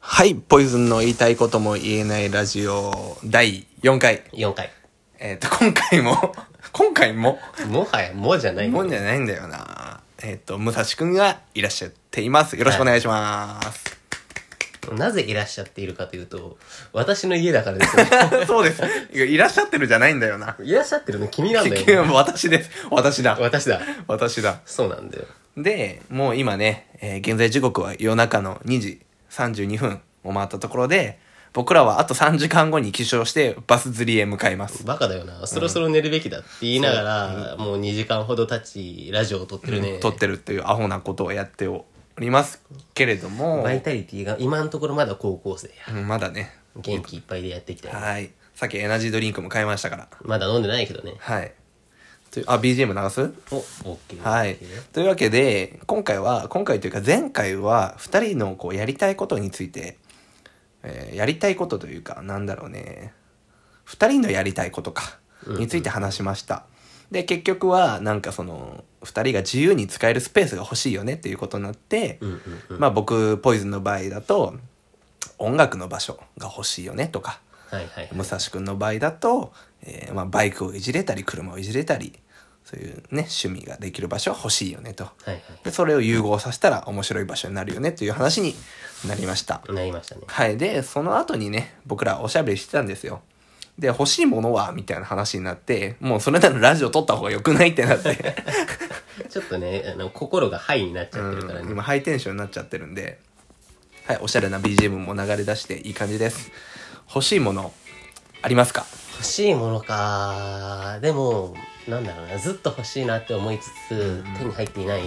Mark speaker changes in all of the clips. Speaker 1: はい、ポイズンの言いたいことも言えないラジオ第4回。
Speaker 2: 4回。
Speaker 1: えっ、と、今回も、 今回も、
Speaker 2: もはや、もうじゃない。
Speaker 1: もんじゃないんだよな。えっ、と、武蔵くんがいらっしゃっています。よろしくお願いします。
Speaker 2: なぜいらっしゃっているかというと、私の家だからで すね。
Speaker 1: そうです。いやいらっしゃってるじゃないんだよな。
Speaker 2: いらっしゃってるの君なんだ
Speaker 1: 結
Speaker 2: よ、
Speaker 1: 局私です。私だ。
Speaker 2: 私だ。
Speaker 1: 私だ。
Speaker 2: そうなんだよ。
Speaker 1: で、もう今ね、えー現在時刻は夜中の2時32分を回ったところで、僕らはあと3時間後に起床してバス釣りへ向かいます。
Speaker 2: バカだよな。そろそろ寝るべきだって言いながら、もう2時間ほど経ち、ラジオを撮ってるね。
Speaker 1: 撮ってるっていうアホなことをやっておりますけれども、
Speaker 2: バイタリティが、今のところまだ高校生や。
Speaker 1: うんまだね、
Speaker 2: 元気いっぱいでやってきたよ。
Speaker 1: はい。さっきエナジードリンクも買いましたから。
Speaker 2: まだ飲んでないけどね。
Speaker 1: はい。というあ、BGM 流す
Speaker 2: お、OK。
Speaker 1: はい。というわけで、今回は、今回というか前回は、二人のこうやりたいことについて、えーやりたいことというか、なんだろうね。二人のやりたいことか、について話しました。で、結局は、なんかその、二人が自由に使えるスペースが欲しいよねっていうことになって、
Speaker 2: うんうんうん。
Speaker 1: まあ僕、ポイズンの場合だと、音楽の場所が欲しいよねとか、
Speaker 2: はいはい。
Speaker 1: 武蔵君の場合だと、えーまあ、バイクをいじれたり車をいじれたりそういうね趣味ができる場所は欲しいよねと
Speaker 2: はいは
Speaker 1: でそれを融合させたら面白い場所になるよねという話になりました
Speaker 2: い。なりましたね。
Speaker 1: はいでその後にね僕らおしゃべりしてたんですよで欲しいものはみたいな話になってもうそれならラジオ撮った方が良くないってなって
Speaker 2: ちょっとね、あの、心がハイになっちゃってるからね。
Speaker 1: 今ハイテンションになっちゃってるんではいおしゃれな BGM も流れ出していい感じです欲しいものありますか
Speaker 2: 欲しいものかでもなんだろうなずっと欲しいなって思いつつ、手に入っていない、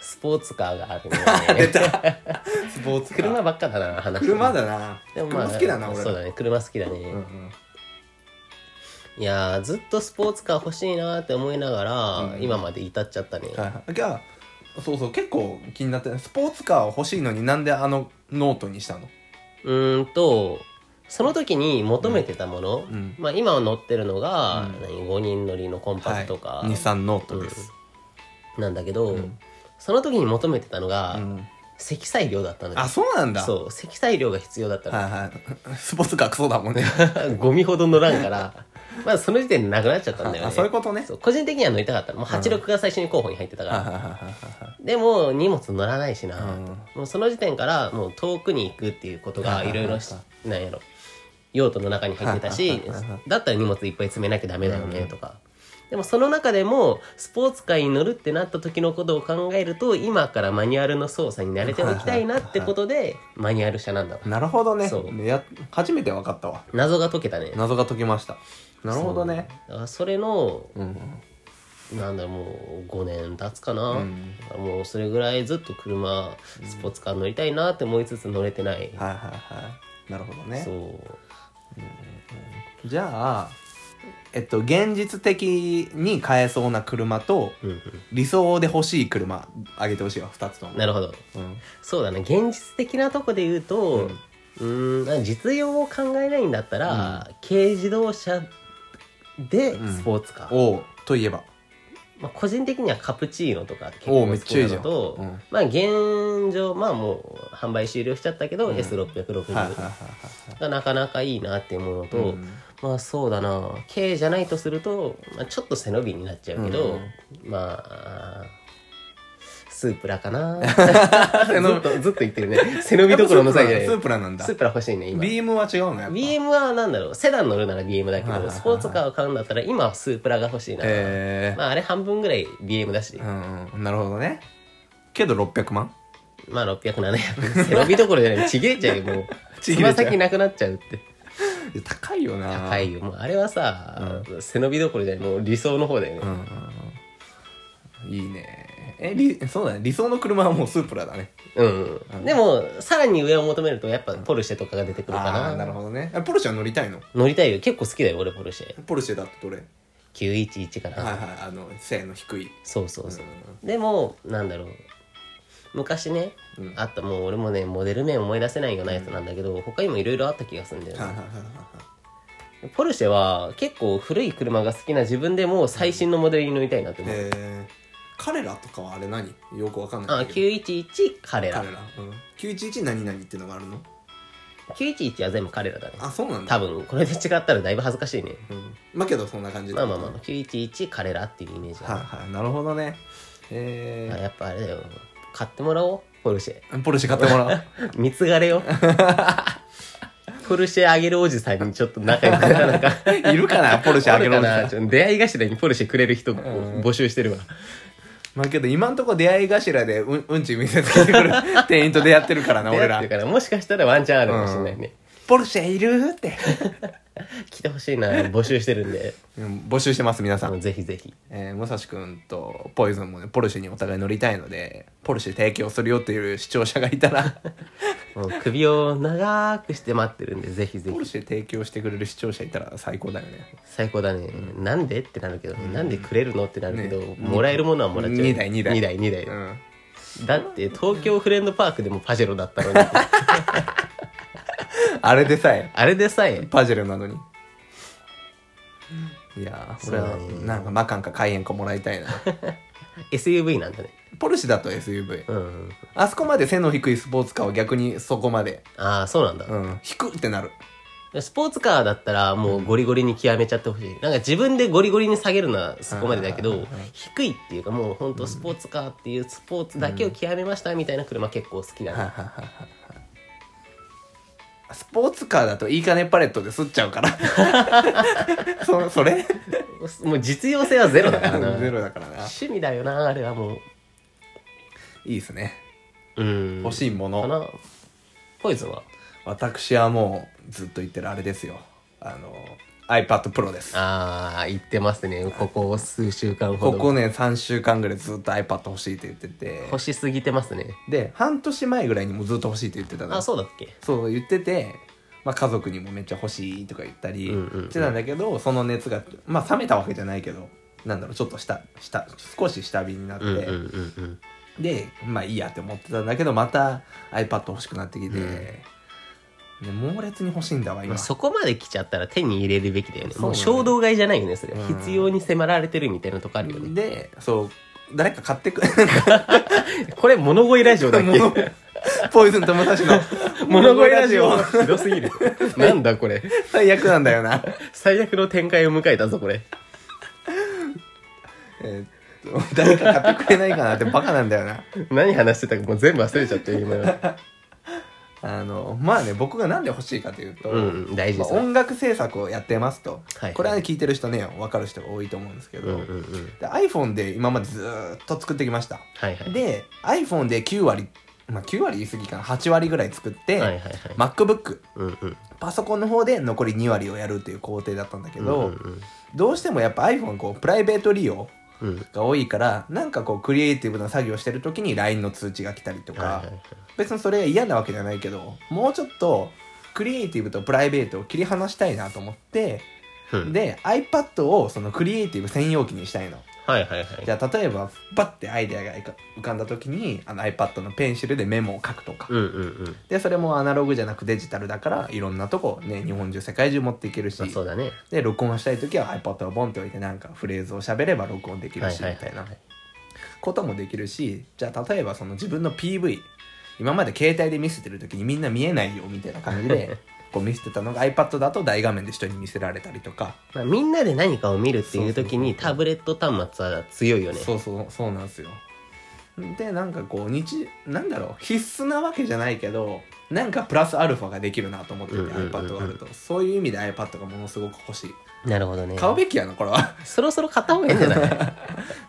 Speaker 2: スポーツカーがあるん だよね
Speaker 1: スポーツ
Speaker 2: 車ばっかだな話
Speaker 1: 車だな。
Speaker 2: でも、まあ、
Speaker 1: 車好きだな、俺。
Speaker 2: そうだね車好きだね、
Speaker 1: うんうん
Speaker 2: いやーずっとスポーツカー欲しいなって思いながら、今まで至っちゃったね、
Speaker 1: はいはい。じゃあ、そうそう、結構気になってスポーツカー欲しいのになんであのノートにしたの
Speaker 2: うーんとその時に求めてたもの、
Speaker 1: ん
Speaker 2: まあ、今乗ってるのが、何5人乗りのコンパクトか、
Speaker 1: はい日産ノートです。
Speaker 2: なんだけど、その時に求めてたのが、
Speaker 1: ん
Speaker 2: 積載量だったのよ
Speaker 1: あ、そうなんだ。
Speaker 2: そう積載量が必要だったの、
Speaker 1: はいはい。スポーツカークソだもんね。
Speaker 2: ゴミほど乗らんからまあその時点でなくなっちゃったんだよね
Speaker 1: あ、そういうことね。
Speaker 2: そう個人的には乗りたかったのもう86が最初に候補に入ってたか
Speaker 1: はい
Speaker 2: ら、
Speaker 1: はいはいはい
Speaker 2: でも荷物乗らないしな、
Speaker 1: うん
Speaker 2: もうその時点からもう遠くに行くっていうことがいろいろしなんやろ用途の中に入ってたしだったら荷物いっぱい詰めなきゃダメだよねとか、でもその中でもスポーツカーに乗るってなった時のことを考えると今からマニュアルの操作に慣れておきたいなってことでマニュアル車なんだわ
Speaker 1: はい。なるほどね
Speaker 2: そう。
Speaker 1: ねや初めて分かったわ。
Speaker 2: 謎が解けたね
Speaker 1: 謎が解けました。なるほどね。
Speaker 2: だからそれの
Speaker 1: うん。
Speaker 2: なんだろうもう5年経つかな、
Speaker 1: うん
Speaker 2: だからもうそれぐらいずっと車スポーツカー乗りたいなって思いつつ乗れてない、
Speaker 1: はいはいはい。なるほどね。
Speaker 2: そう
Speaker 1: じゃあ、えっと、現実的に買えそうな車と、
Speaker 2: うんうん
Speaker 1: 理想で欲しい車あげてほしいわ2つとも
Speaker 2: なるほど
Speaker 1: うん
Speaker 2: そうだね現実的なとこで言うとうーん実用を考えないんだったら、軽自動車で
Speaker 1: うん
Speaker 2: スポーツカー、
Speaker 1: おうといえば
Speaker 2: まあ、個人的にはカプチーノとか結
Speaker 1: おう
Speaker 2: 構
Speaker 1: めっ
Speaker 2: 好
Speaker 1: ち
Speaker 2: き
Speaker 1: ゃい
Speaker 2: ない
Speaker 1: じゃ
Speaker 2: の
Speaker 1: ん
Speaker 2: と、
Speaker 1: うん
Speaker 2: まあ現状まあもう販売終了しちゃったけど、S660
Speaker 1: はいはい
Speaker 2: が
Speaker 1: はい
Speaker 2: なかなかいいなって思うのと、
Speaker 1: はいうん
Speaker 2: まあそうだな軽じゃないとすると、まあ、ちょっと背伸びになっちゃうけど、まあスープラ かなずっとずっと言ってるね背伸びどころの際じゃない
Speaker 1: スープラなんだ
Speaker 2: スープラ欲しいね今
Speaker 1: ビームは違うのやっぱ
Speaker 2: BM はなんだろうセダン乗るなら BM だけ
Speaker 1: はいはい
Speaker 2: ど
Speaker 1: はい
Speaker 2: スポーツカーを買うんだったら今はスープラが欲しいな、
Speaker 1: え
Speaker 2: まああれ半分ぐらい BM だし、
Speaker 1: えうんうんなるほどねけど600万
Speaker 2: まあ600700背伸びどころじゃないちげえちゃうよもう
Speaker 1: ち
Speaker 2: つ
Speaker 1: ぎれちゃう
Speaker 2: ま先なくなっちゃうって
Speaker 1: いや高いよな
Speaker 2: 高いよもうあれはさ、背伸びどころじゃないもう理想の方だよね、
Speaker 1: うんうんうんいいねえりそうだね理想の車はもうスープラだね
Speaker 2: うん、でもさらに上を求めるとやっぱポルシェとかが出てくるか
Speaker 1: あ
Speaker 2: な
Speaker 1: あなるほどねあポルシェは乗りたいの
Speaker 2: 乗りたいよ結構好きだよ俺ポルシェ
Speaker 1: ポルシェだってどれ
Speaker 2: 911か
Speaker 1: は
Speaker 2: な、
Speaker 1: いはいあの性の低い
Speaker 2: そうそうそう、でもなんだろう昔ね、あったもう俺もねモデル名思い出せないようなやつなんだけど、他にもいろいろあった気がするんだよね、
Speaker 1: はいはいはいはい
Speaker 2: ポルシェは結構古い車が好きな自分でも最新のモデルに乗りたいなって思う、
Speaker 1: はいへえ彼らとかはあれ何よくわかんない
Speaker 2: あ
Speaker 1: んだけど
Speaker 2: 911彼ら
Speaker 1: 彼ら、うん、911何々っていうのがあるの
Speaker 2: 911は全部彼らだね
Speaker 1: あそうなんだ
Speaker 2: 多分これで違ったらだいぶ恥ずかしいね
Speaker 1: うん、まあけどそんな感じ
Speaker 2: ま
Speaker 1: だ
Speaker 2: あまあまあ911彼らっていうイメージ
Speaker 1: はい
Speaker 2: あ
Speaker 1: はいなるほどね
Speaker 2: る
Speaker 1: え
Speaker 2: あやっぱあれだよ買ってもらおうポルシェ
Speaker 1: ー、ポルシェ買ってもら
Speaker 2: 貢がれ よポルシェあげるおじさんにちょっと仲良くな なんか
Speaker 1: おういるかなポルシェあげるおじさん
Speaker 2: あるかな出会い頭にポルシェくれる人を募集してるわ、
Speaker 1: まあけど今んとこ出会い頭でうんうんち見せつけてく る店員と出会ってるからな俺
Speaker 2: 出会っ
Speaker 1: ら
Speaker 2: てるからもしかしたらワンチャンあるかもしれないね、
Speaker 1: ポルシェいるって、
Speaker 2: 来てほしいな募集してるんで
Speaker 1: うん募集してます 皆さ
Speaker 2: あの
Speaker 1: ん、
Speaker 2: ぜひぜひ
Speaker 1: えー、武蔵君とポイズンもねポルシェにお互い乗りたいのでポルシェ提供するよっていう視聴者がい たら
Speaker 2: もう首を長くして待ってるんでぜひぜ
Speaker 1: ポ
Speaker 2: ひ
Speaker 1: ルシェ提供してくれる視聴者いたら最高だよね
Speaker 2: 最高だね、なんでってなるけど、なんでくれるのってなるけど、
Speaker 1: ね
Speaker 2: もらえるものはもらっちゃう
Speaker 1: 二台二台
Speaker 2: 2台二台
Speaker 1: うん
Speaker 2: だって東京フレンドパークでもパジェロだったのに
Speaker 1: あれでさえ
Speaker 2: あれでさえ
Speaker 1: パジェロなのにいやー
Speaker 2: そう
Speaker 1: 俺
Speaker 2: だ
Speaker 1: は
Speaker 2: ね
Speaker 1: なんかマカンかカイエンかもらいたいな
Speaker 2: SUV なんだね
Speaker 1: ポルシェだと SUV
Speaker 2: うん
Speaker 1: あそこまで背の低いスポーツカーは逆にそこまで
Speaker 2: ああそうなんだ、
Speaker 1: うん低って なる
Speaker 2: スポーツカーだったらもうゴリゴリに極めちゃってほしいなんか自分でゴリゴリに下げるのはそこまでだけ
Speaker 1: うんうんう
Speaker 2: ど
Speaker 1: ん
Speaker 2: 低いっていうかもうほんとスポーツカーっていうスポーツだけを極めましたみたいな車結構好きな
Speaker 1: は
Speaker 2: の、
Speaker 1: はははスポーツカーだといい金パレットで吸っちゃうから そそれ
Speaker 2: もう実用性はゼロだ からな
Speaker 1: ゼロだからな
Speaker 2: 趣味だよなあれはも
Speaker 1: いいですね
Speaker 2: ううん
Speaker 1: 欲しいもの、
Speaker 2: かなポイズンは
Speaker 1: 私はもうずっと言ってるあれですよあの iPad Pro です
Speaker 2: ああ言ってますねここ数週間ほ
Speaker 1: こ
Speaker 2: ど
Speaker 1: こね3週間ぐらいずっと iPad 欲しいって言ってて
Speaker 2: 欲しすぎてますね
Speaker 1: で半年前ぐらいにもずっと欲しいって言ってたの
Speaker 2: あそうだっけ
Speaker 1: そう言ってて、まあ、家族にもめっちゃ欲しいとか言ったり
Speaker 2: うんうんうん
Speaker 1: してたんだけど、その熱が、まあ、冷めたわけじゃないけどなんだろうちょっとしたした少し下火になって、
Speaker 2: うんうんうんうん
Speaker 1: でまあいいやって思ってたんだけどまた iPad 欲しくなってきて、ね猛烈に欲しいんだわ
Speaker 2: ま
Speaker 1: 今
Speaker 2: あ、そこまで来ちゃったら手に入れるべきだよね
Speaker 1: そう
Speaker 2: もう衝動買いじゃないよねそれ、
Speaker 1: うん
Speaker 2: 必要に迫られてるみたいなとこあるよね、
Speaker 1: でそう誰か買ってく
Speaker 2: これ物乞いラジオだっ
Speaker 1: 物
Speaker 2: け
Speaker 1: ポイズンと武蔵の
Speaker 2: 物乞いラジオ
Speaker 1: 物乞い
Speaker 2: ひどすぎるなんだこれ
Speaker 1: 最悪なんだよな
Speaker 2: 最悪の展開を迎えたぞこれ
Speaker 1: えーっと誰か買ってくれないかなってバカなんだよな
Speaker 2: 何話してたかもう全部忘れちゃったよ 今の
Speaker 1: あのまあね僕がなんで欲しいかというと、
Speaker 2: うんうん大事で
Speaker 1: ますあ、音楽制作をやってますと、
Speaker 2: はい
Speaker 1: これはね聞いてる人ね分かる人が多いと思うんですけ
Speaker 2: う
Speaker 1: ど、
Speaker 2: んうんうん
Speaker 1: で iPhone で今までずーっと作ってきました
Speaker 2: はいはい
Speaker 1: で iPhone で9割まあ9割言い過ぎかな8割ぐらい作って、
Speaker 2: はいはいはい、
Speaker 1: MacBook
Speaker 2: うんうん
Speaker 1: パソコンの方で残り2割をやるっていう工程だったんだけど、
Speaker 2: うんうん
Speaker 1: どうしてもやっぱ iPhone こうプライベート利用
Speaker 2: うんうん
Speaker 1: が多いからなんかこうクリエイティブな作業してる時に LINE の通知が来たりとか、
Speaker 2: はいはいはい
Speaker 1: 別にそれ嫌なわけじゃないけどもうちょっとクリエイティブとプライベートを切り離したいなと思って、
Speaker 2: うん
Speaker 1: で iPad をそのクリエイティブ専用機にしたいの
Speaker 2: はいはいはい
Speaker 1: じゃあ例えばバッてアイデアが浮かんだ時にあの iPad のペンシルでメモを書くとか、
Speaker 2: うんうんうん
Speaker 1: でそれもアナログじゃなくデジタルだからいろんなとこね日本中世界中持っていけるし、
Speaker 2: まあそうだね
Speaker 1: で録音したい時は iPad をボンって置いてなんかフレーズを喋れば録音でき
Speaker 2: は
Speaker 1: る
Speaker 2: い
Speaker 1: し
Speaker 2: はい
Speaker 1: み
Speaker 2: は
Speaker 1: たい
Speaker 2: いは
Speaker 1: ないこともできるしじゃあ例えばその自分の PV 今まで携帯で見せてる時にみんな見えないよみたいな感じ でこう見せてたのが iPad だと大画面で人に見せられたりとか、
Speaker 2: まあ、みんなで何かを見るっていう時に
Speaker 1: そうそうそう
Speaker 2: タブレット端末は強いよね
Speaker 1: そうそうそうなんですよでなんかこう日なんだろう必須なわけじゃないけどなんかプラスアルファができるなと思ってて
Speaker 2: うんうんうんうん
Speaker 1: iPad があるとそういう意味で iPad がものすごく欲しい
Speaker 2: なるほどね
Speaker 1: 買うべきやなこれは
Speaker 2: そろそろ買った方がいいんじゃない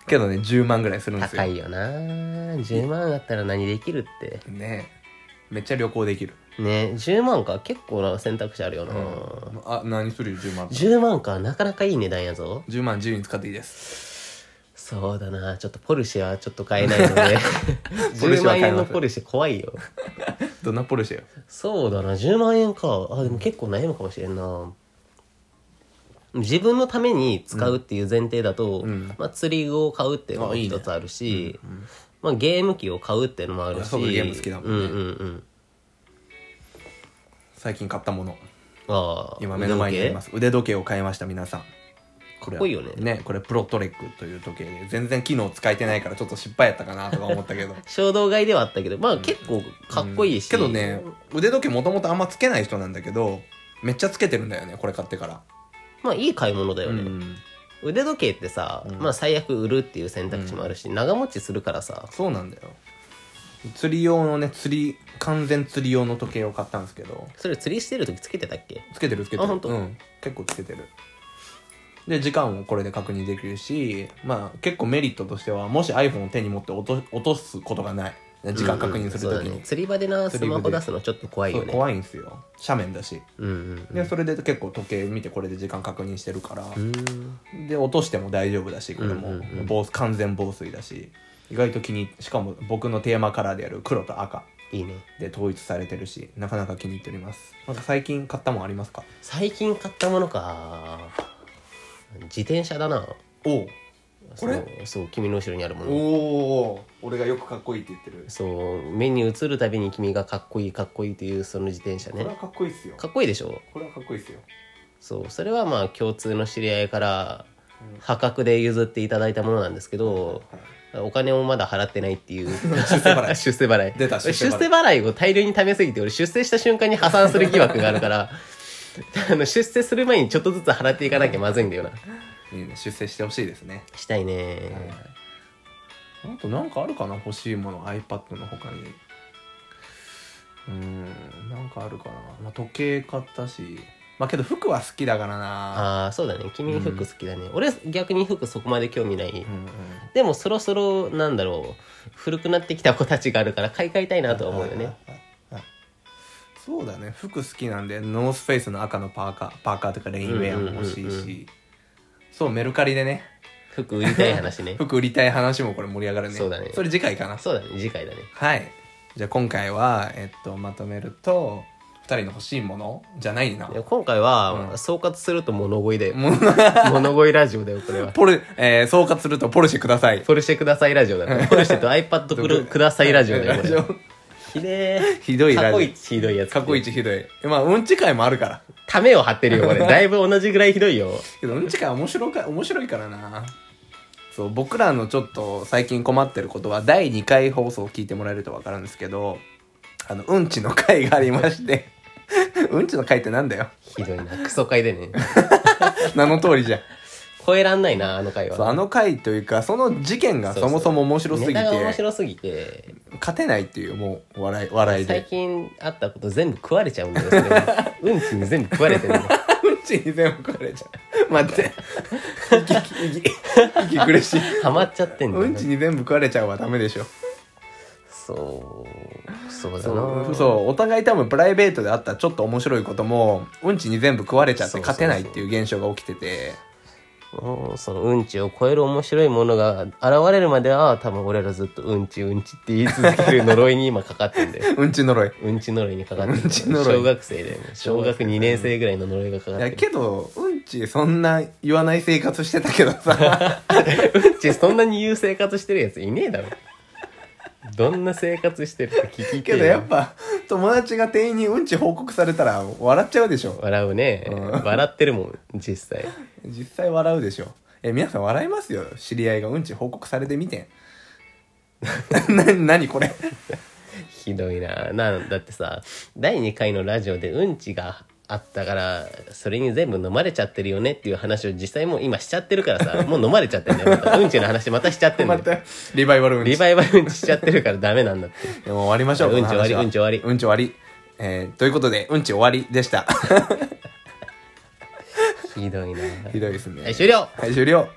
Speaker 1: けどね10万ぐらいするんですよ
Speaker 2: 高いよな10万あったら何できるって
Speaker 1: ねめっちゃ旅行できる、
Speaker 2: ね10万か結構な選択肢あるよな、
Speaker 1: あ何するよ10万
Speaker 2: 10万かなかなかいい値段やぞ
Speaker 1: 10万自由に使っていいです
Speaker 2: そうだなちょっとポルシェはちょっと買えないので
Speaker 1: ポルシェは買えま
Speaker 2: 10万
Speaker 1: せん
Speaker 2: 円のポルシェ怖いよ
Speaker 1: どんなポルシェよ
Speaker 2: そうだな10万円かあでも結構悩むかもしれんな自分のために使うっていう前提だと、
Speaker 1: ん
Speaker 2: まあ、釣り具を買うっていうのも
Speaker 1: あいいね
Speaker 2: 一つあるしまあ、ゲーム機を買うっていうのもあるし
Speaker 1: 俺そういうゲーム好きだもんね
Speaker 2: うんうんうん
Speaker 1: 最近買ったもの
Speaker 2: ああ
Speaker 1: 今目の前にありますす腕時計を買いました皆さんこれ
Speaker 2: っこいいよね
Speaker 1: ねこれプロトレックという時計で全然機能使えてないからちょっと失敗やったかなとか思ったけど
Speaker 2: 衝動買いではあったけどまあ結構かっこいいし、
Speaker 1: けどね腕時計もともとあんまつけない人なんだけどめっちゃつけてるんだよねこれ買ってから、
Speaker 2: まあいい買い物だよ
Speaker 1: う
Speaker 2: ね、
Speaker 1: ん、
Speaker 2: 腕時計ってさ、まあ最悪売るっていう選択肢もあるし、長持ちするからさ
Speaker 1: そうなんだよ釣り用のね釣り完全釣り用の時計を買ったんですけど
Speaker 2: それ釣りしてる時つけてたっけ
Speaker 1: つけてるつけてる
Speaker 2: あ本当
Speaker 1: うん、結構つけてるで時間をこれで確認できるしまあ結構メリットとしてはもし iPhone を手に持って落と落とすことがない時間確認する
Speaker 2: うん
Speaker 1: と
Speaker 2: そう
Speaker 1: き
Speaker 2: だ
Speaker 1: に、
Speaker 2: ね釣り場でなスマホ出すのちょっと怖い
Speaker 1: そ
Speaker 2: よ
Speaker 1: う
Speaker 2: ね
Speaker 1: 怖いんですよ斜面だし
Speaker 2: うんうん
Speaker 1: でそれで結構時計見てこれで時間確認してるから、
Speaker 2: うん
Speaker 1: で落としても大丈夫だしこれも
Speaker 2: うんうんうん
Speaker 1: 防完全防水だし意外と気にしかも僕のテーマカラーである黒と赤
Speaker 2: いいね
Speaker 1: で統一されてるしなかなか気に入っておりますなんか最近買ったもんありますか
Speaker 2: 最近買ったものか自転車だな
Speaker 1: おうこれ
Speaker 2: そうそう君の後ろにあるもの
Speaker 1: おお俺がよくかっこいいって言ってる
Speaker 2: そう目に映るたびに君がかっこいいかっこいいというその自転車ね
Speaker 1: かっこいいっすよ
Speaker 2: かっこいいでしょ
Speaker 1: これはかっこいいっすよ
Speaker 2: そうそれはまあ共通の知り合いから破格で譲っていただいたものなんですけど、お金をまだ払ってないっていう出
Speaker 1: 世払い
Speaker 2: 出世払い
Speaker 1: 出た
Speaker 2: 出
Speaker 1: 出
Speaker 2: 世
Speaker 1: 世
Speaker 2: 払
Speaker 1: 払
Speaker 2: い
Speaker 1: い
Speaker 2: を大量に貯めすぎて俺出世した瞬間に破産する疑惑があるから あの出世する前にちょっとずつ払っていかなきゃまずいんだ よない
Speaker 1: いね出世してほしいですね
Speaker 2: したいね、
Speaker 1: あとなんかあるかな欲しいもの iPad の他にうーんなんかあるかな、まあ、時計買ったしまあけど服は好きだからな
Speaker 2: ああそうだね君服好きだね、俺逆に服そこまで興味ない、
Speaker 1: うんうん
Speaker 2: でもそろそろなんだろう古くなってきた子たちがあるから買い替えたいなとは思うよね、
Speaker 1: はいはいはいはいそうだね服好きなんでノースフェイスの赤のパーカーパーカーとかレインウェアも欲しいし、
Speaker 2: うんうんうんう
Speaker 1: そうメルカリでね
Speaker 2: 服売りたい話ね
Speaker 1: 服売りたい話もこれ盛り上がるね
Speaker 2: そうだね
Speaker 1: それ次回かな
Speaker 2: そうだね次回だね
Speaker 1: はいじゃあ今回は、えっと、まとめると2人の欲しいものじゃないな
Speaker 2: でも今回は、
Speaker 1: うん
Speaker 2: 総括すると物乞いだよ物乞いラジオだよこれは
Speaker 1: ポル、えー総括するとポルシェください
Speaker 2: ポルシェくださいラジオだ ねポルシェと iPad くるくださいラジオだよこれひでえ
Speaker 1: ひどい
Speaker 2: 過
Speaker 1: ラ
Speaker 2: 去
Speaker 1: ジ
Speaker 2: 一ひどいや
Speaker 1: オ
Speaker 2: つ
Speaker 1: 過去一ひどいまあうんち会もあるから
Speaker 2: ためを張って るよこれだいぶ同じぐらいひどいよ
Speaker 1: けどうんち会面白か面白いからなそう僕らのちょっと最近困ってることは第2回放送を聞いてもらえると分かるんですけどあのうんちの会がありまして うんちの会ってなんだよ
Speaker 2: ひどいなクソ会でね
Speaker 1: 名の通りじゃん
Speaker 2: 超えらんないなあの回
Speaker 1: そうあ
Speaker 2: は
Speaker 1: の回というかその事件が
Speaker 2: そう
Speaker 1: そ
Speaker 2: そ
Speaker 1: うもそも面白すぎ
Speaker 2: ネ
Speaker 1: て
Speaker 2: タが面白すぎて
Speaker 1: 勝てないっていうもう笑い笑い
Speaker 2: 最
Speaker 1: で
Speaker 2: 近あったこと全部食われちゃうんだよそれは うんちに全部食われてるの
Speaker 1: うんちに全部食われちゃう 待って息息息息苦しい
Speaker 2: ハマっちゃってんだよ
Speaker 1: うんちに全部食われちゃうはダメでしょ
Speaker 2: そうそうだ
Speaker 1: そ
Speaker 2: な
Speaker 1: うそうお互い多分プライベートであったちょっと面白いこともうんちに全部食われちゃって
Speaker 2: そうそう
Speaker 1: 勝
Speaker 2: そ
Speaker 1: て
Speaker 2: う
Speaker 1: ないっていう現象が起きてて
Speaker 2: うんそのうんちを超える面白いものが現れるまでは多分俺らずっとうんちうんちって言い続ける呪いに今かかってんだよ
Speaker 1: うんち呪い
Speaker 2: うんち呪いにかかってる
Speaker 1: うんち呪い
Speaker 2: 小学生で小学2年生ぐらいの呪いがかか
Speaker 1: い
Speaker 2: って
Speaker 1: や
Speaker 2: る
Speaker 1: けどうんちそんな言わない生活してたけど さ
Speaker 2: うんちそんなに言う生活してるやついねえだろどんな生活してるか聞きて
Speaker 1: け
Speaker 2: え
Speaker 1: ど
Speaker 2: よ
Speaker 1: やっぱ友達が店員にうんち報告されたら笑っちゃうでしょ
Speaker 2: 笑うね、
Speaker 1: うん
Speaker 2: 笑ってるもん実際
Speaker 1: 実際笑うでしょえ皆さん笑いますよ知り合いがうんち報告されてみて な何 これ
Speaker 2: ひどいななんだってさ第2回のラジオでうんちがあったからそれに全部飲まれちゃってるよねっていう話を実際もう今しちゃってるか らさもう飲まれちゃってんだよまたうんちの話またしちゃってんだ
Speaker 1: ま
Speaker 2: よ、
Speaker 1: たリバイバルうんち
Speaker 2: リバイバルうんちしちゃってるからダメなんだって
Speaker 1: もう終わりましょう
Speaker 2: うんち
Speaker 1: この話は
Speaker 2: 終わりうんち終わり
Speaker 1: うんち終わりえーということでうんち終わりでした
Speaker 2: ひどいな
Speaker 1: ひどいですね
Speaker 2: はい終了
Speaker 1: はい終了